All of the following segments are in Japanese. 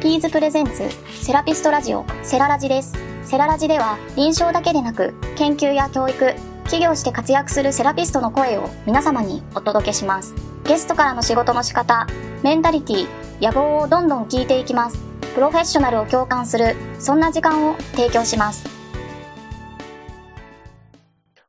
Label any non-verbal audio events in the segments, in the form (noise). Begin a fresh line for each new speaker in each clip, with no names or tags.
ピーズプレゼンツセラピストラジオセララジです。セララジでは臨床だけでなく研究や教育、企業して活躍するセラピストの声を皆様にお届けします。ゲストからの仕事の仕方、メンタリティ、野望をどんどん聞いていきます。プロフェッショナルを共感する、そんな時間を提供します。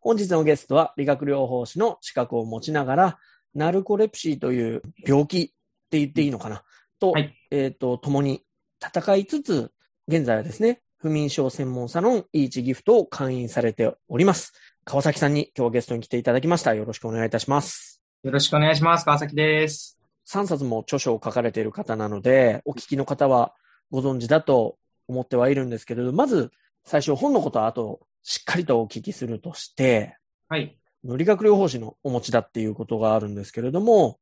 本日のゲストは理学療法士の資格を持ちながら、ナルコレプシーという病気って言っていいのかなと、
はい
えっ、と、共に戦いつつ、現在はですね、不眠症専門サロン、イーチギフトを会員されております。川崎さんに今日ゲストに来ていただきました。よろしくお願いいたします。
よろしくお願いします。川崎です。
3冊も著書を書かれている方なので、お聞きの方はご存知だと思ってはいるんですけれど、まず最初本のことは後、しっかりとお聞きするとして、
はい。
理学療法士のお持ちだっていうことがあるんですけれども、
はい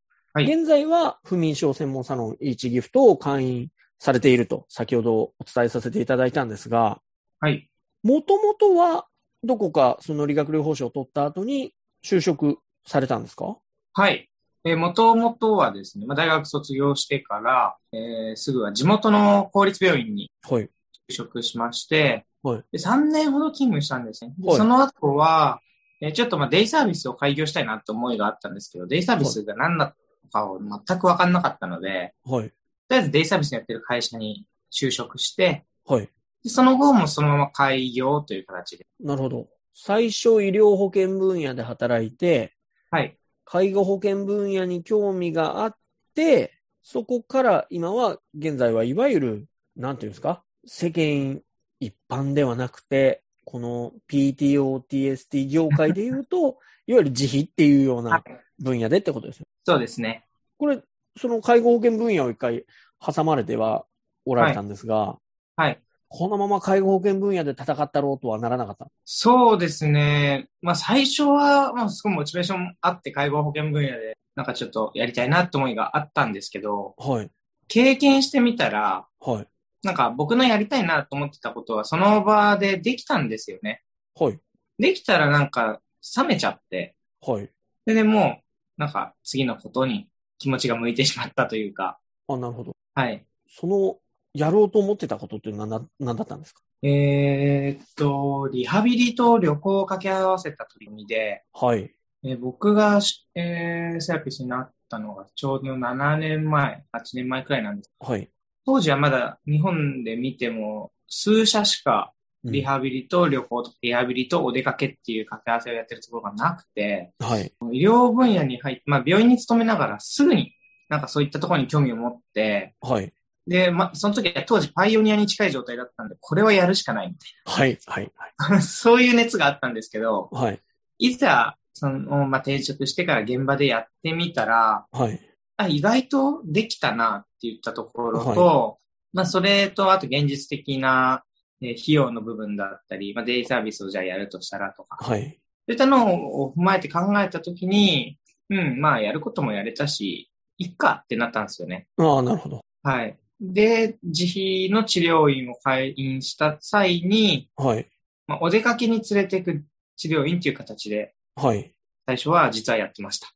現在は不眠症専門サロンイーチギフトを会員されていると先ほどお伝えさせていただいたんですが、
はい。
もともとはどこかその理学療法士を取った後に就職されたんですか
はい。えー、もともとはですね、まあ、大学卒業してから、えーすぐは地元の公立病院に
はい。
就職しまして、
はい
で3年ほど勤務したんですね。で
はい
その後は、えーちょっとまあデイサービスを開業したいなって思いがあったんですけど、デイサービスが何だかを全く分かんなかったので、
はい。
とりあえずデイサービスやってる会社に就職して、
はい。
でその後もそのまま開業という形で。
なるほど。最初医療保険分野で働いて、
はい。
介護保険分野に興味があって、そこから今は、現在はいわゆる、なんていうんですか、世間一般ではなくて、この PTO、TST 業界で言うと、いわゆる自費っていうよう
は
ない分野でってことですよ。
そうですね。
これ、その介護保険分野を一回挟まれてはおられたんですが、
はい。
このまま介護保険分野で戦ったろうとはならなかった。
そうですね。まあ最初は、まあすごいモチベーションあって介護保険分野で、なんかちょっとやりたいなって思いがあったんですけど、
はい。
経験してみたら、
はい。
なんか僕のやりたいなと思ってたことはその場でできたんですよね。
はい。
できたらなんか冷めちゃって、
はい。
で、でも、なんか次のことに気持ちが向いてしまったというか、
あ、なるほど。
はい。
その、やろうと思ってたことっていうのは何何だったんですか
えーっと、リハビリと旅行を掛け合わせた取り組みで、
はい。
えー僕がし、えーセラピストになったのがちょうど7年前、8年前くらいなんです。
はい。
当時はまだ日本で見ても数社しか
うん
リハビリと旅行とリハビリとお出かけっていう掛け合わせをやってるところがなくて、
はい。
医療分野に入って、まあ病院に勤めながらすぐになんかそういったところに興味を持って、
はい。
で、まあその時は当時パイオニアに近い状態だったんで、これはやるしかないみ
はい。はい。はい
たいな。 (laughs) そういう熱があったんですけど、
はい。
いざ、その、まあ転職してから現場でやってみたら、
はい。
あ、意外とできたなって言ったところと、まあ、それと、あと現実的な、えー費用の部分だったり、まあ、デイサービスをじゃあやるとしたらとか、
はい。
そういったのを踏まえて考えたときに、うん、まあ、やることもやれたし、いっかってなったんですよね。
ああ、なるほど。
はい。で、自費の治療院を開院した際に、
はい。
まあ、お出かけに連れていく治療院っていう形で、
はい。
最初は実はやってました。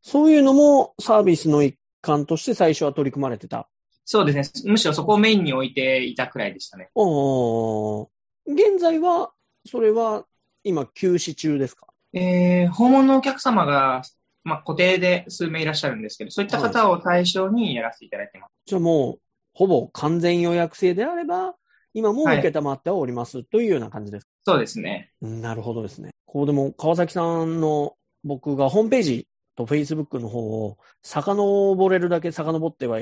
そういうのもサービスの一環として最初は取り組まれてた。
そうですね。むしろそこをメインに置いていたくらいでしたね。
お現在は、それは今休止中ですか
えー訪問のお客様が、まあ、固定で数名いらっしゃるんですけど、そういった方を対象にやらせていただいてます。
じゃあもう、ほぼ完全予約制であれば、今も受けたまってはおります、というような感じです。
そうですね。
なるほどですね。こうでも、川崎さんの僕がホームページと Facebook の方を遡れるだけ遡っては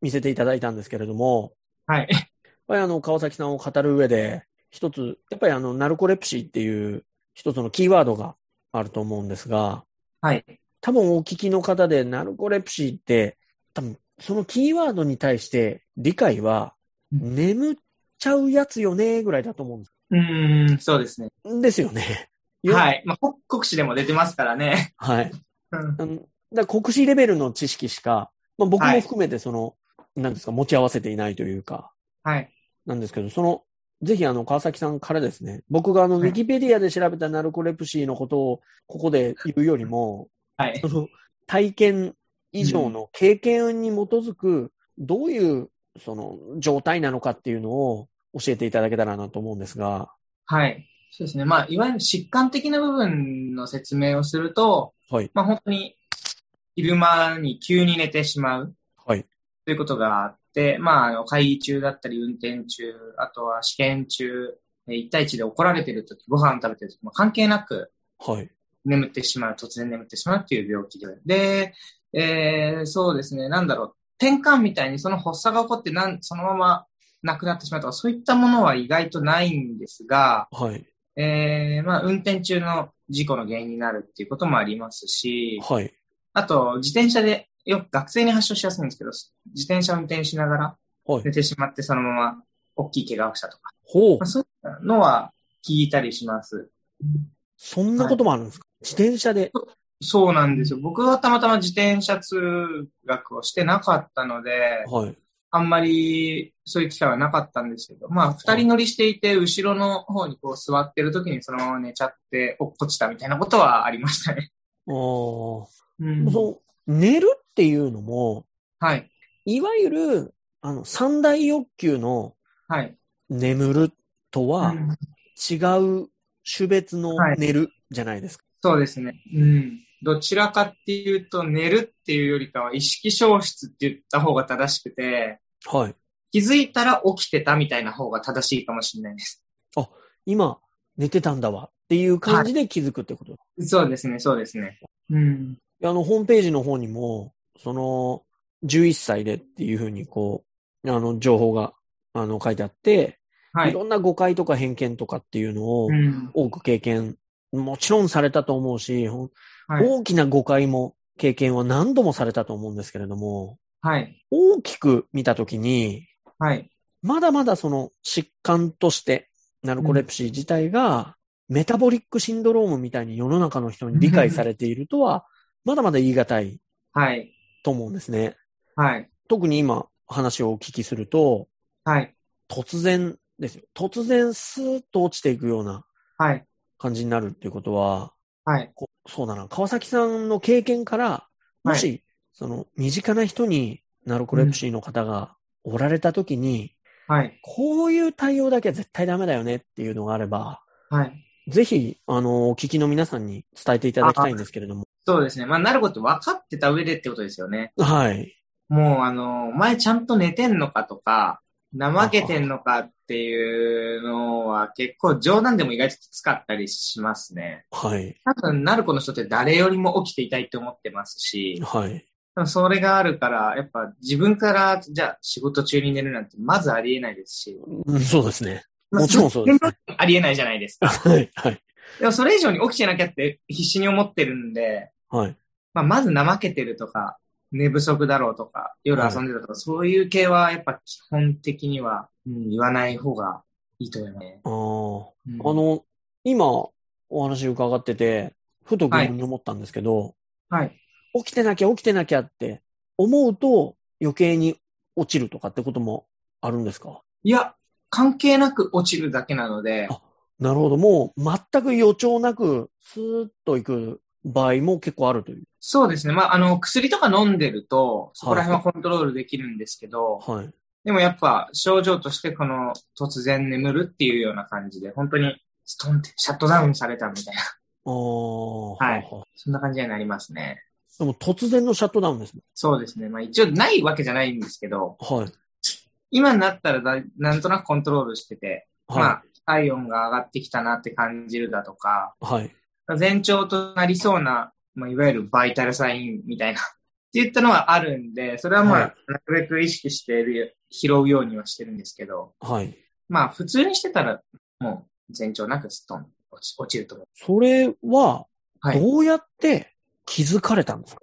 見せていただいたんですけれども、
はい。
やっぱりあの、川崎さんを語る上で、一つ、やっぱりあの、ナルコレプシーっていう一つのキーワードがあると思うんですが、
はい。
多分お聞きの方でナルコレプシーって、多分そのキーワードに対して理解は、
うん
眠っちゃうやつよね、ぐらいだと思うんで
うーん、そうですね。
す。ですよね。い。
はい。まあ、国国史でも出てますからね。 (laughs)
はい。
うん
あのだから国士レベルの知識しか、まあ、僕
は
も
い
含めてその、なんですか、持ち合わせていないというか、
はい。
なんですけど、その、ぜひあの、川崎さんからですね、僕があの、ウ
はい
ィキペディアで調べたナルコレプシーのことを、ここで言うよりも、
はい。
その、体験以上の経験に基づく、どういうその、状態なのかっていうのを教えていただけたらなと思うんですが。
はい。そうですね。まあ、いわゆる疾患的な部分の説明をすると、
はい。
まあ本当に昼間に急に寝てしまう
はい。
ということがあって、まああの会議中だったり運転中、あとは試験中、え1対1で怒られてるとき、ご飯食べてるとき、まあ関係なく
はい。
眠ってしまう、突然眠ってしまうっていう病気で。で、えーそうですね、なんだろう、転換みたいにその発作が起こってなんそのまま亡くなってしまうとか、そういったものは意外とないんですが、
はい。
えーまあ、運転中の事故の原因になるっていうこともありますし、
はい。
あと、自転車で、よく学生に発症しやすいんですけど、自転車運転しながら
はい
寝てしまって、そのまま大きい怪我をしたとか、
ほう
まあ、。そういったのは聞いたりします。
そんなこともあるんですか、自転車で。
そうなんですよ。僕はたまたま自転車通学をしてなかったので、
はい。
あんまりそういう機会はなかったんですけど、まあ、二人乗りしていて、後ろの方にこう座ってる時にそのまま寝ちゃって、落っこちたみたいなことはありましたね。
あー
うん
その寝るっていうのも、
はい。
いわゆる、あの、三大欲求の
はい。
眠るとは
うん
違う種別の
はい
寝るじゃないですか。
そうですね。うん。どちらかっていうと、寝るっていうよりかは意識消失って言った方が正しくて、
はい。
気づいたら起きてたみたいな方が正しいかもしれないです。
今、寝てたんだわっていう感じで気づくってこと。
そうですね、そうですね。うん。
あの、ホームページの方にも、その、11歳でっていうふうにこう、あの、情報が、あの、書いてあって、、
はいい。
ろんな誤解とか偏見とかっていうのを
うん。
多く経験、もちろんされたと思うし、ほん
はい。
大きな誤解も、経験は何度もされたと思うんですけれども、
はい。
大きく見たときに、
はい。
まだまだその疾患として、ナルコレプシー自体が、メタボリックシンドロームみたいに世の中の人に理解されているとは、まだまだ言い難い
はい。
と思うんですね。
はい。
特に今話をお聞きすると、
はい。
突然ですよ。突然スーッと落ちていくような
はい。
感じになるっていうことは、
はい。
こそうだな、川崎さんの経験から、もし、
は
その、身近な人にナルコレプシーの方がおられた時に、
はい。
こういう対応だけは絶対ダメだよねっていうのがあれば、
はい。
ぜひ、あの、お聞きの皆さんに伝えていただきたいんですけれども。
そうですね。まあ、なること分かってた上でってことですよね。
はい。
もう、あの、お前ちゃんと寝てんのかとか、怠けてんのかっていうのは結構冗談でも意外ときつかったりしますね。
はい。
多分、ナルコの人って誰よりも起きていたいと思ってますし、
はい。
でもそれがあるから、やっぱ自分から、じゃあ仕事中に寝るなんてまずありえないですし、
うんそうですね。もちろんそうです
まあそれありえないじゃない
(laughs)
ですか。
はい。はい。
でもそれ以上に起きてなきゃって必死に思ってるんで、
はい。
まあ、まず怠けてるとか、寝不足だろうとか、夜遊んでるとか、そういう系はやっぱ基本的には、うん、言わない方がいいと思いますね。
あー
うん
あ、の、今、お話伺ってて、ふと疑問に思ったんですけど、
はい。
起きてなきゃ起きてなきゃって思うと余計に落ちるとかってこともあるんですか
いや、関係なく落ちるだけなので、
あなるほど。もう全く予兆なくスーッと行く場合も結構あるという。
そうですね。まあ、あの、薬とか飲んでると、そこら辺はコントロールできるんですけど、
はい。
でもやっぱ症状としてこの突然眠るっていうような感じで、本当にストンってシャットダウンされたみたいな、
ああ。
はいそんな感じになりますね。
でも突然のシャットダウンですね。
そうですね。まあ一応ないわけじゃないんですけど、
はい。はい。
今になったらだなんとなくコントロールしてて、まあ体温が上がってきたなって感じるだとか、
はい。
前兆となりそうな、まあ、いわゆるバイタルサインみたいなって言ったのはあるんで、それはまあ、
はい
なるべく意識してる拾うようにはしてるんですけど、
はい。
まあ普通にしてたらもう前兆なくストン落ち落ちると思う。
それは、
はい
どうやって気づかれたんですか、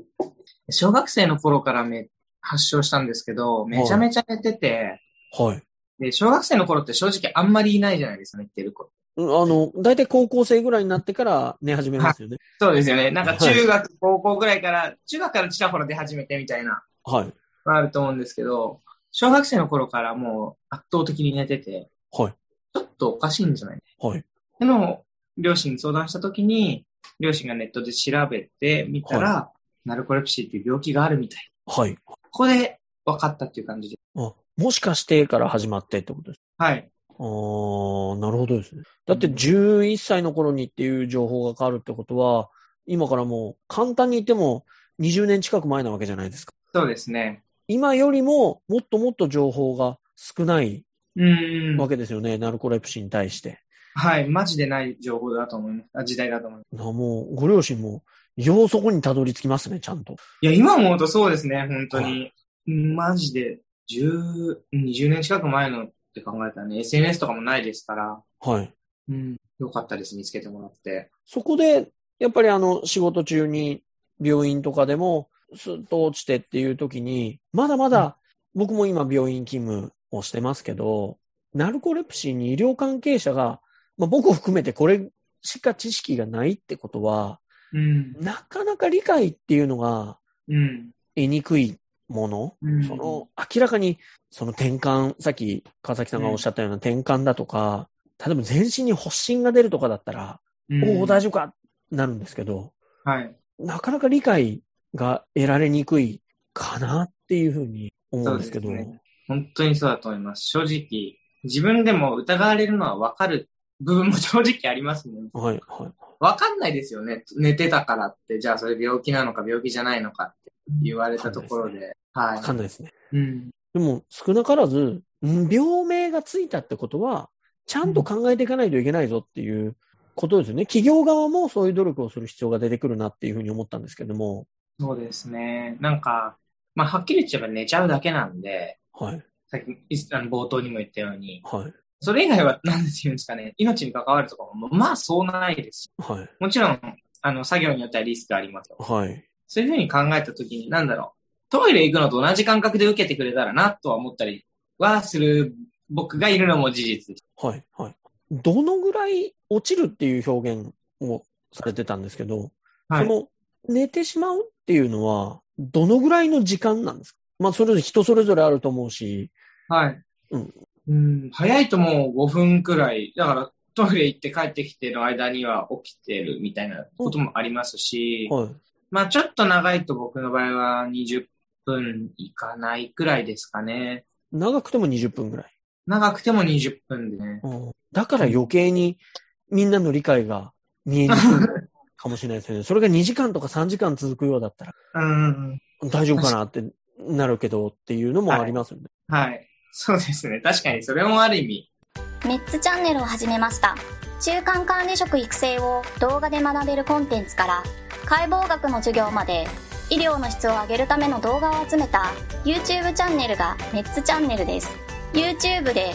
小学生の頃からめ発症したんですけど、めちゃめちゃ寝てて、
はい、
で、小学生の頃って正直あんまりいないじゃないですか、寝てる子。
うんあの、だいたい高校生ぐらいになってから寝始めますよね。
そうですよね。なんか中学、高校ぐらいから、中学からちらほら出始めてみたいな、
はい。
あると思うんですけど、小学生の頃からもう圧倒的に寝てて、
はい。
ちょっとおかしいんじゃない
はい。
でも、両親に相談した時に、両親がネットで調べてみたら、ナルコレプシーっていう病気があるみたい。
はい。
ここで分かったっていう感じで。
あ、もしかしてから始まってってことです。
はい。
あー、なるほどですね。だって11歳の頃にっていう情報が変わるってことは、今からもう簡単に言っても20年近く前なわけじゃないですか。
そうですね。
今よりももっともっと情報が少ない
うん
わ。けですよね。ナルコレプシンに対して。
はい。マジでない情報だと思います。あ時代だと思います。
なもう、ご両親も、ようそこにたどり着きますね、ちゃんと。
いや、今思うとそうですね、本当に。マジで、10、20年近く前のって考えたらね、SNS とかもないですから、
はい。
うん。よかったです、見つけてもらって。
そこで、やっぱりあの、仕事中に、病院とかでも、すっと落ちてっていう時に、まだまだ、僕も今病院勤務をしてますけど、ナルコレプシーに医療関係者が、まあ、僕を含めてこれしか知識がないってことは、
うん。
なかなか理解っていうのが
うん。
得にくいもの
うん
その、明らかに、その転換、さっき川崎さんがおっしゃったような転換だとか、例えば全身に発疹が出るとかだったら、
うん、
おお、大丈夫かなるんですけど、
はい。
なかなか理解が得られにくいかなっていうふうに思うんですけど、
そうですね本当にそうだと思います。正直、自分でも疑われるのはわかる部分も正直ありますね。
はい、はい。
わかんないですよね。寝てたからって、じゃあそれ病気なのか病気じゃないのかって言われたところで。は
わかん
い。
ないですね。
うん。
でも、少なからず、ん病名がついたってことは、ちゃんと考えていかないといけないぞっていうことですよね。企業側もそういう努力をする必要が出てくるなっていうふうに思ったんですけども、
そうですね。なんか、まあ、はっきり言っちゃえば寝ちゃうだけなんで、
はい、
さっきいつ、あの冒頭にも言ったように、
はい、
それ以外は、なんて言うんですかね、命に関わるとかも、まあ、そうないですし
はい、
もちろん、あの、作業によってはリスクありますよ。
はい。
そういうふうに考えたときに、なんだろう、トイレ行くのと同じ感覚で受けてくれたらな、とは思ったりはする僕がいるのも事実です。
はい、はい。どのぐらい落ちるっていう表現をされてたんですけど、
はい
その寝てしまうっていうのは、どのぐらいの時間なんですかまあ、それぞれ人それぞれあると思うし、
はい。
うん。
うん、早いともう5分くらい、だから、トイレ行って帰ってきての間には起きてるみたいなこともありますし、
はい、
まあちょっと長いと僕の場合は20分いかないくらいですかね。
長くても20分ぐらい。
長くても20分でね。
うんだから余計にみんなの理解が見えにくいかもしれないです
(laughs)
よね。それが2時間とか3時間続くようだったら、
うん。
大丈夫かなってなるけどっていうのもありますよね。
はい。そうですね。確かにそれもある意味。
メッツチャンネルを始めました中間管理職育成を動画で学べるコンテンツから解剖学の授業まで医療の質を上げるための動画を集めた YouTube チャンネルがメッツチャンネルです YouTube で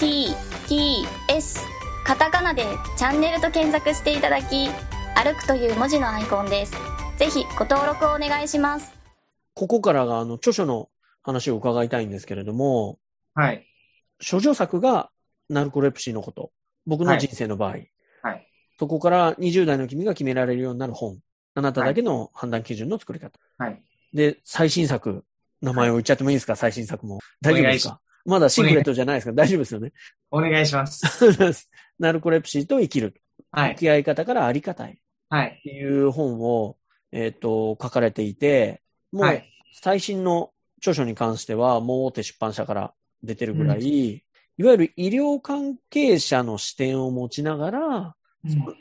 METTS カタカナでチャンネルと検索していただき歩くという文字のアイコンですぜひご登録をお願いします
ここからがあの著書の話を伺いたいんですけれども、
はい。
諸女作がナルコレプシーのこと。僕の人生の場合。
はい
そこから20代の君が決められるようになる本。あなただけの判断基準の作り方。
はい。
で、最新作。名前を言っちゃってもいいですか最新作も。大丈夫ですかまだシークレットじゃないですか大丈夫ですよね。 (laughs)
お願いします。
ナルコレプシーと生きる。
はい
付。き合い方からあり方へっ
はい。
ていう本を、えっ、と、書かれていて、も
は
う
い。
最新の著書に関しては、もう大手出版社から出てるぐらい、いわゆる医療関係者の視点を持ちながら、
うん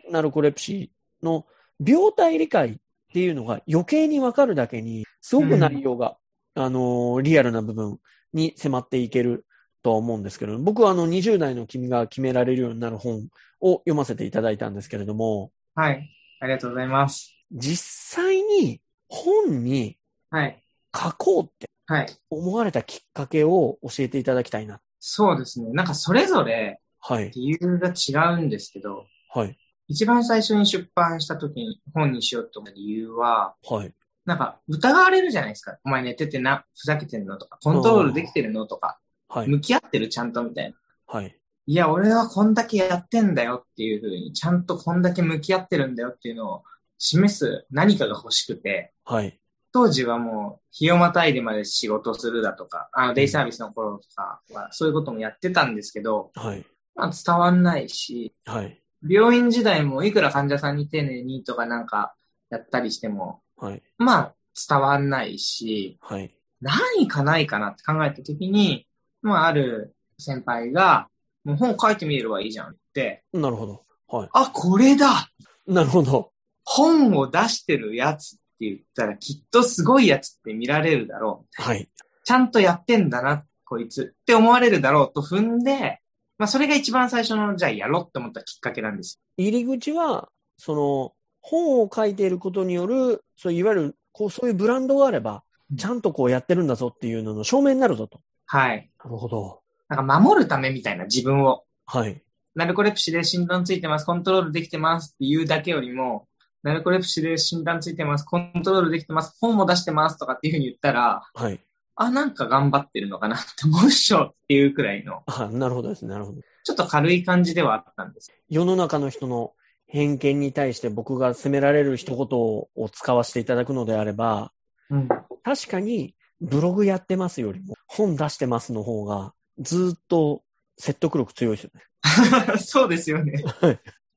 ナルコレプシーの病態理解っていうのが余計にわかるだけに、すごく内容が、あのー、リアルな部分に迫っていけるとは思うんですけれども、僕はあの、20代の君が決められるようになる本を読ませていただいたんですけれども、
はい。ありがとうございます。
実際に本に
はい。
書こうって
はい。
思われたきっかけを教えていただきたいな。
そうですね。なんかそれぞれ
はい。
理由が違うんですけど、
はい。
一番最初に出版した時に本にしようと思った理由は、
はい。
なんか疑われるじゃないですか。お前寝ててな、ふざけてんのとか、コントロールできてるのとか、
はい。
向き合ってるちゃんとみたいな。
はい。
いや、俺はこんだけやってんだよっていうふうに、ちゃんとこんだけ向き合ってるんだよっていうのを示す何かが欲しくて、
はい。
当時はもう日をまたいでまで仕事するだとか、あのデイサービスの頃とかはそういうこともやってたんですけど、
はい。
まあ、伝わんないし、
はい。
病院時代もいくら患者さんに丁寧にとかなんかやったりしても、
はい。
まあ伝わんないし、
はい。
何かないかなって考えたときに、まあ、ある先輩が、もう本書いてみればいいじゃんって、
なるほど。は
あ、これだ
い。なるほど。
本を出してるやつって言ったらきっとすごいやつって見られるだろう。
はい。
ちゃんとやってんだな、こいつって思われるだろうと踏んで、まあそれが一番最初の、じゃあやろうって思ったきっかけなんです。
入り口は、その、本を書いていることによる、そういわゆる、こう、そういうブランドがあれば、ちゃんとこうやってるんだぞっていうのの証明になるぞと。
はい。
なるほど。
なんか守るためみたいな自分を。
はい。
ナルコレプシで診断ついてます、コントロールできてますっていうだけよりも、ナルコレプシで診断ついてます、コントロールできてます、本も出してますとかっていうふうに言ったら、
はい。
あ、なんか頑張ってるのかなって思うっしょっていうくらいの、
あ、なるほどですね。なるほど。
ちょっと軽い感じではあったんです。
世の中の人の偏見に対して僕が責められる一言を使わせていただくのであれば、
うん。
確かにブログやってますよりも本出してますの方がずっと説得力強いですよね。
(laughs) そうです (laughs) よね。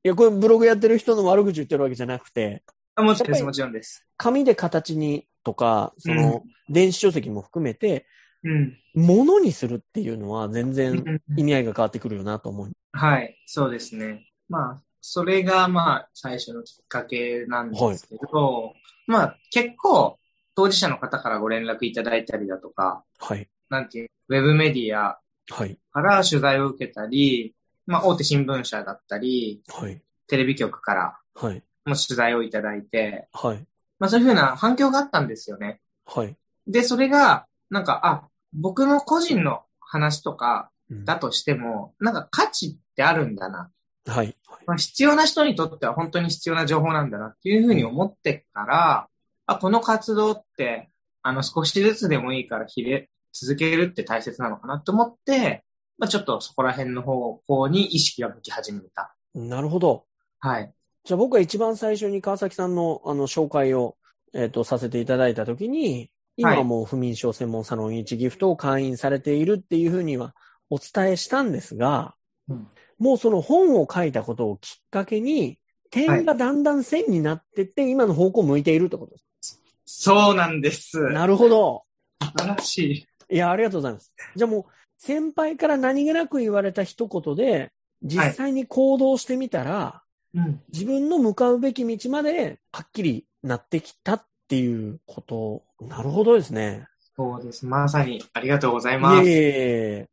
いや、これブログやってる人の悪口言ってるわけじゃなくて、
もち
や
ろんで
っぱ
す、
り
もちろんです。
紙で形にとか、その電子書籍も含めて、
うん。
物にするっていうのは全然
うん
意味合いが変わってくるよなと思う。
はい、そうですね。まあ、それがまあ、最初のきっかけなんですけど、まあ、結構、当事者の方からご連絡いただいたりだとか、
はい。
なんていう、ウェブメディア
はい。
から取材を受けたり、まあ、大手新聞社だったり、
はい。
テレビ局から
はい。
も取材をいただいて、
はい。
まあ、そういうふうな反響があったんですよね。
はい。
で、それが、なんか、あ、僕の個人の話とか
うん
だとしても、なんか価値ってあるんだな。
はい。
まあ、必要な人にとっては本当に必要な情報なんだなっていうふうに思ってから、あ、この活動って、あの、少しずつでもいいからひれ、続けるって大切なのかなと思って、まあ、ちょっとそこら辺の方向に意識が向き始めた。
なるほど。
はい。
じゃあ僕が一番最初に川崎さんのあの紹介を、えっとさせていただいたときに、今
はい
はもう不眠症専門サロン1ギフトを会員されているっていうふうにはお伝えしたんですが、
うん
もうその本を書いたことをきっかけに、点がだんだん線になってって、今の方向を向いているってことです。
そうなんです。
なるほど。
素晴らしい。
いや、ありがとうございます。じゃあもう、先輩から何気なく言われた一言で、実際に行動してみたら、
うん。
自分の向かうべき道まではっきりなってきたっていうこと。なるほどですね。
そうです。まさにありがとうござい
い
ます。
えいえ。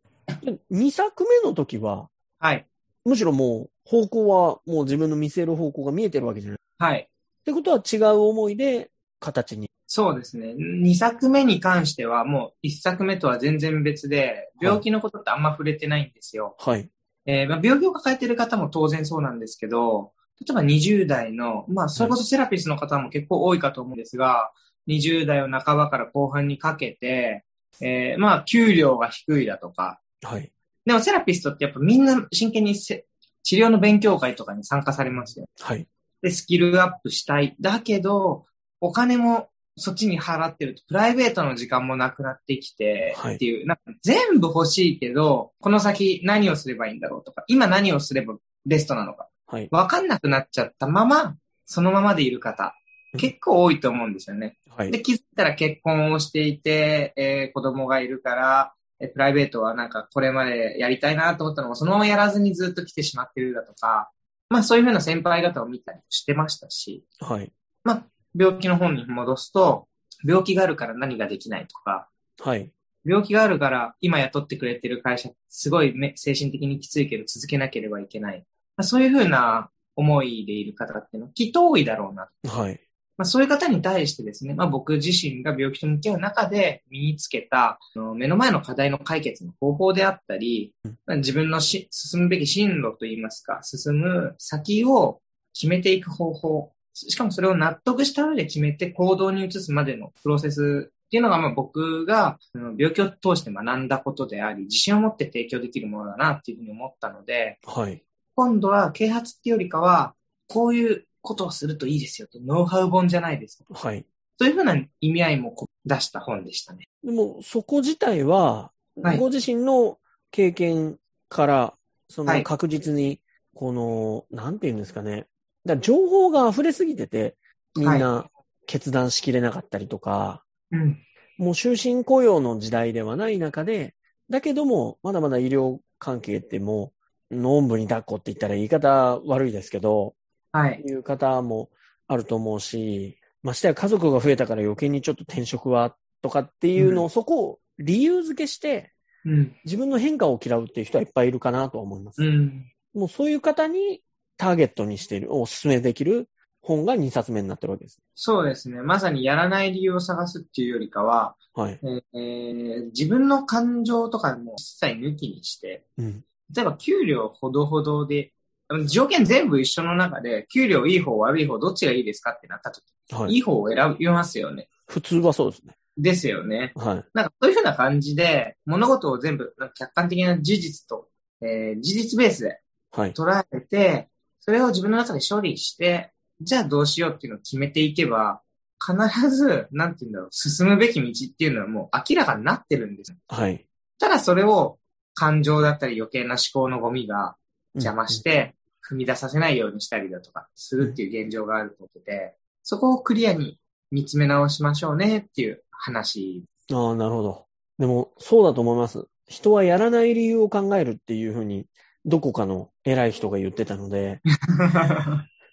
2作目の時は、
はい。
むしろもう方向はもう自分の見せる方向が見えてるわけじゃない。
はい。
ってことは違う思いで形に。
そうですね。2作目に関してはもう1作目とは全然別で、病気のことってあんま触れてないんですよ。
はい。
えーまあ、病気を抱えている方も当然そうなんですけど、例えば20代の、まあ、それこそセラピストの方も結構多いかと思うんですが、20代を半ばから後半にかけて、えーまあ、給料が低いだとか、
はい。
でもセラピストってやっぱみんな真剣にせ治療の勉強会とかに参加されますよ。
はい。
で、スキルアップしたい。だけど、お金もそっちに払ってると、プライベートの時間もなくなってきて、
はい
っていう、なんか全部欲しいけど、この先何をすればいいんだろうとか、今何をすればベストなのか、
はい。
わかんなくなっちゃったまま、そのままでいる方、結構多いと思うんですよね。
は
で、
い。
気づいたら結婚をしていて、えー子供がいるから、えープライベートはなんかこれまでやりたいなと思ったのもそのままやらずにずっと来てしまってるだとか、まあそういうふうな先輩方を見たりしてましたし、
はい。
まあ病気の本に戻すと、病気があるから何ができないとか、
はい。
病気があるから今雇ってくれてる会社、すごいめ精神的にきついけど続けなければいけない。まあ、そういうふうな思いでいる方っていうのはきっと多いだろうな
はい。
まあ、そういう方に対してですね、まあ、僕自身が病気と向き合う中で身につけた、あの目の前の課題の解決の方法であったり、まあ自分のし進むべき進路といいますか、進む先を決めていく方法、ししかもそれを納得した上で決めて行動に移すまでのプロセスっていうのが、まあ、僕があの病気を通して学んだことであり、自信を持って提供できるものだなっていうふうに思ったので、
はい。
今度は啓発っていうよりかは、こういうことをするといいですよと、ノウハウ本じゃないです。
はい。
というふうな意味合いもこう出した本でしたね。
でも、そこ自体は、
はい
ご自身の経験から、そ
は
の
い
確実に、この、なんて言うんですかね。だから情報が溢れすぎてて、みんな決断しきれなかったりとか、
うん。
もう終身雇用の時代ではない中で、だけども、まだまだ医療関係ってもう、のんぶに抱っこって言ったら言い方悪いですけど、
はい。
いう方もあると思うし、ましてや家族が増えたから余計にちょっと転職は、とかっていうのを、
う
そこを理由付けして、
うん。
自分の変化を嫌うっていう人はいっぱいいるかなとは思います。
うん。
もうそういう方にターゲットにしている、お勧めできる本が2冊目になってるわけです。
そうですね。まさにやらない理由を探すっていうよりかは、
はい。
えーえー自分の感情とかも一切抜きにして、
うん。
例えば給料ほどほどで、あの条件全部一緒の中で、給料いい方悪い方どっちがいいですかってなった時、、
はい
い
い。
方を選びますよね。
普通はそうですね。
ですよね。
はい。
なんかそういうふうな感じで、物事を全部なんか客観的な事実と、えー事実ベースで
はい。
捉えて、それを自分の中で処理して、じゃあどうしようっていうのを決めていけば、必ず、なんて言うんだろう、進むべき道っていうのはもう明らかになってるんです。
はい。
ただそれを感情だったり余計な思考のゴミが邪魔し。て踏み出させないようにしたりだとかするっていう現状があることで、そこをクリアに見つめ直しましょうねっていう話。
ああ、なるほど。でも、そうだと思います。人はやらない理由を考えるっていうふうに、どこかの偉い人が言ってたので、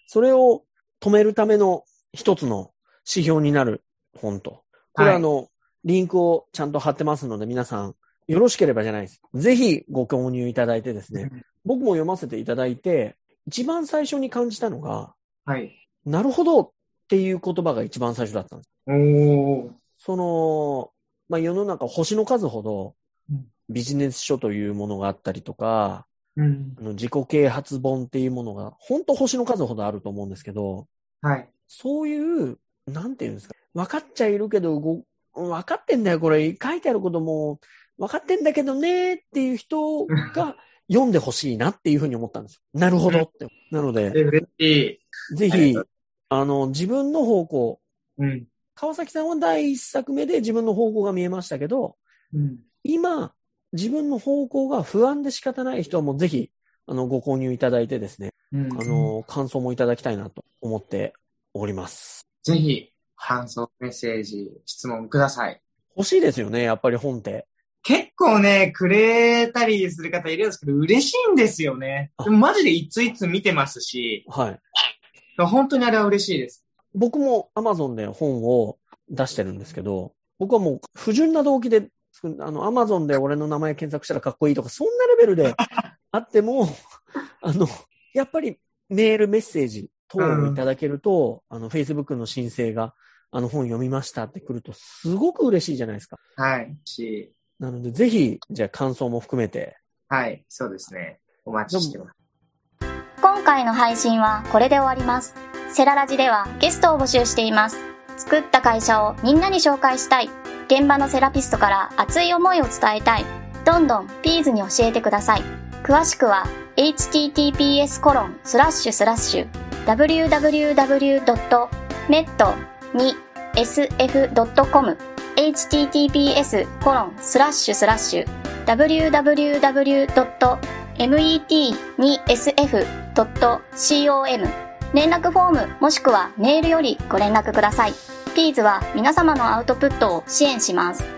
それを止めるための一つの指標になる本と。これ
はい
あの、リンクをちゃんと貼ってますので、皆さん、よろしければじゃないです。ぜひご購入いただいてですね。僕も読ませていただいて、一番最初に感じたのが、
はい。
なるほどっていう言葉が一番最初だったんです
おー。
その、まあ、世の中星の数ほど
うん
ビジネス書というものがあったりとか、
うん
あ。の自己啓発本っていうものが、本当星の数ほどあると思うんですけど、
はい。
そういう、なんていうんですか、分かっちゃいるけど、ご分かってんだよ、これ、書いてあることも、分かってんだけどねっていう人
(laughs)
が読んでほしいなっていうふうに思ったんですよ。なるほどって。なので、
嬉しい。
ぜ
あり
ひ
がと、
あの、自分の方向、
うん。
川崎さんは第一作目で自分の方向が見えましたけど、
うん。
今、自分の方向が不安で仕方ない人はもうぜひ、あの、ご購入いただいてですね、
うん
あ、の、感想もいただきたいなと思っております。
ぜひ、感想、メッセージ、質問ください。
欲しいですよね、やっぱり本って。
結構ね、くれたりする方いるんですけど、嬉しいんですよね。でもマジでいついつ見てますし、
はい。
本当にあれは嬉しいです。
僕も Amazon で本を出してるんですけど、僕はもう不純な動機で、あの、Amazon で俺の名前検索したらかっこいいとか、そんなレベル (laughs) であっても、あの、やっぱりメールメッセージ等をいただけると、あの、Facebook の申請が、あの本読みましたって来ると、すごく嬉しいじゃないですか。
はい。し、
なので、ぜひ、じゃあ感想も含めて、
はい。そうですね。お待ちしてます。
今回の配信はこれで終わります。セララジではゲストを募集しています。作った会社をみんなに紹介したい。現場のセラピストから熱い思いを伝えたい。どんどんピーズに教えてください。詳しくは https コロンスラッシュスラッシュ www.net2sf.com https コロンスラッシュスラッシュ www.met2sf.com 連絡フォームもしくはメールよりご連絡ください。ピーズは皆様のアウトプットを支援します。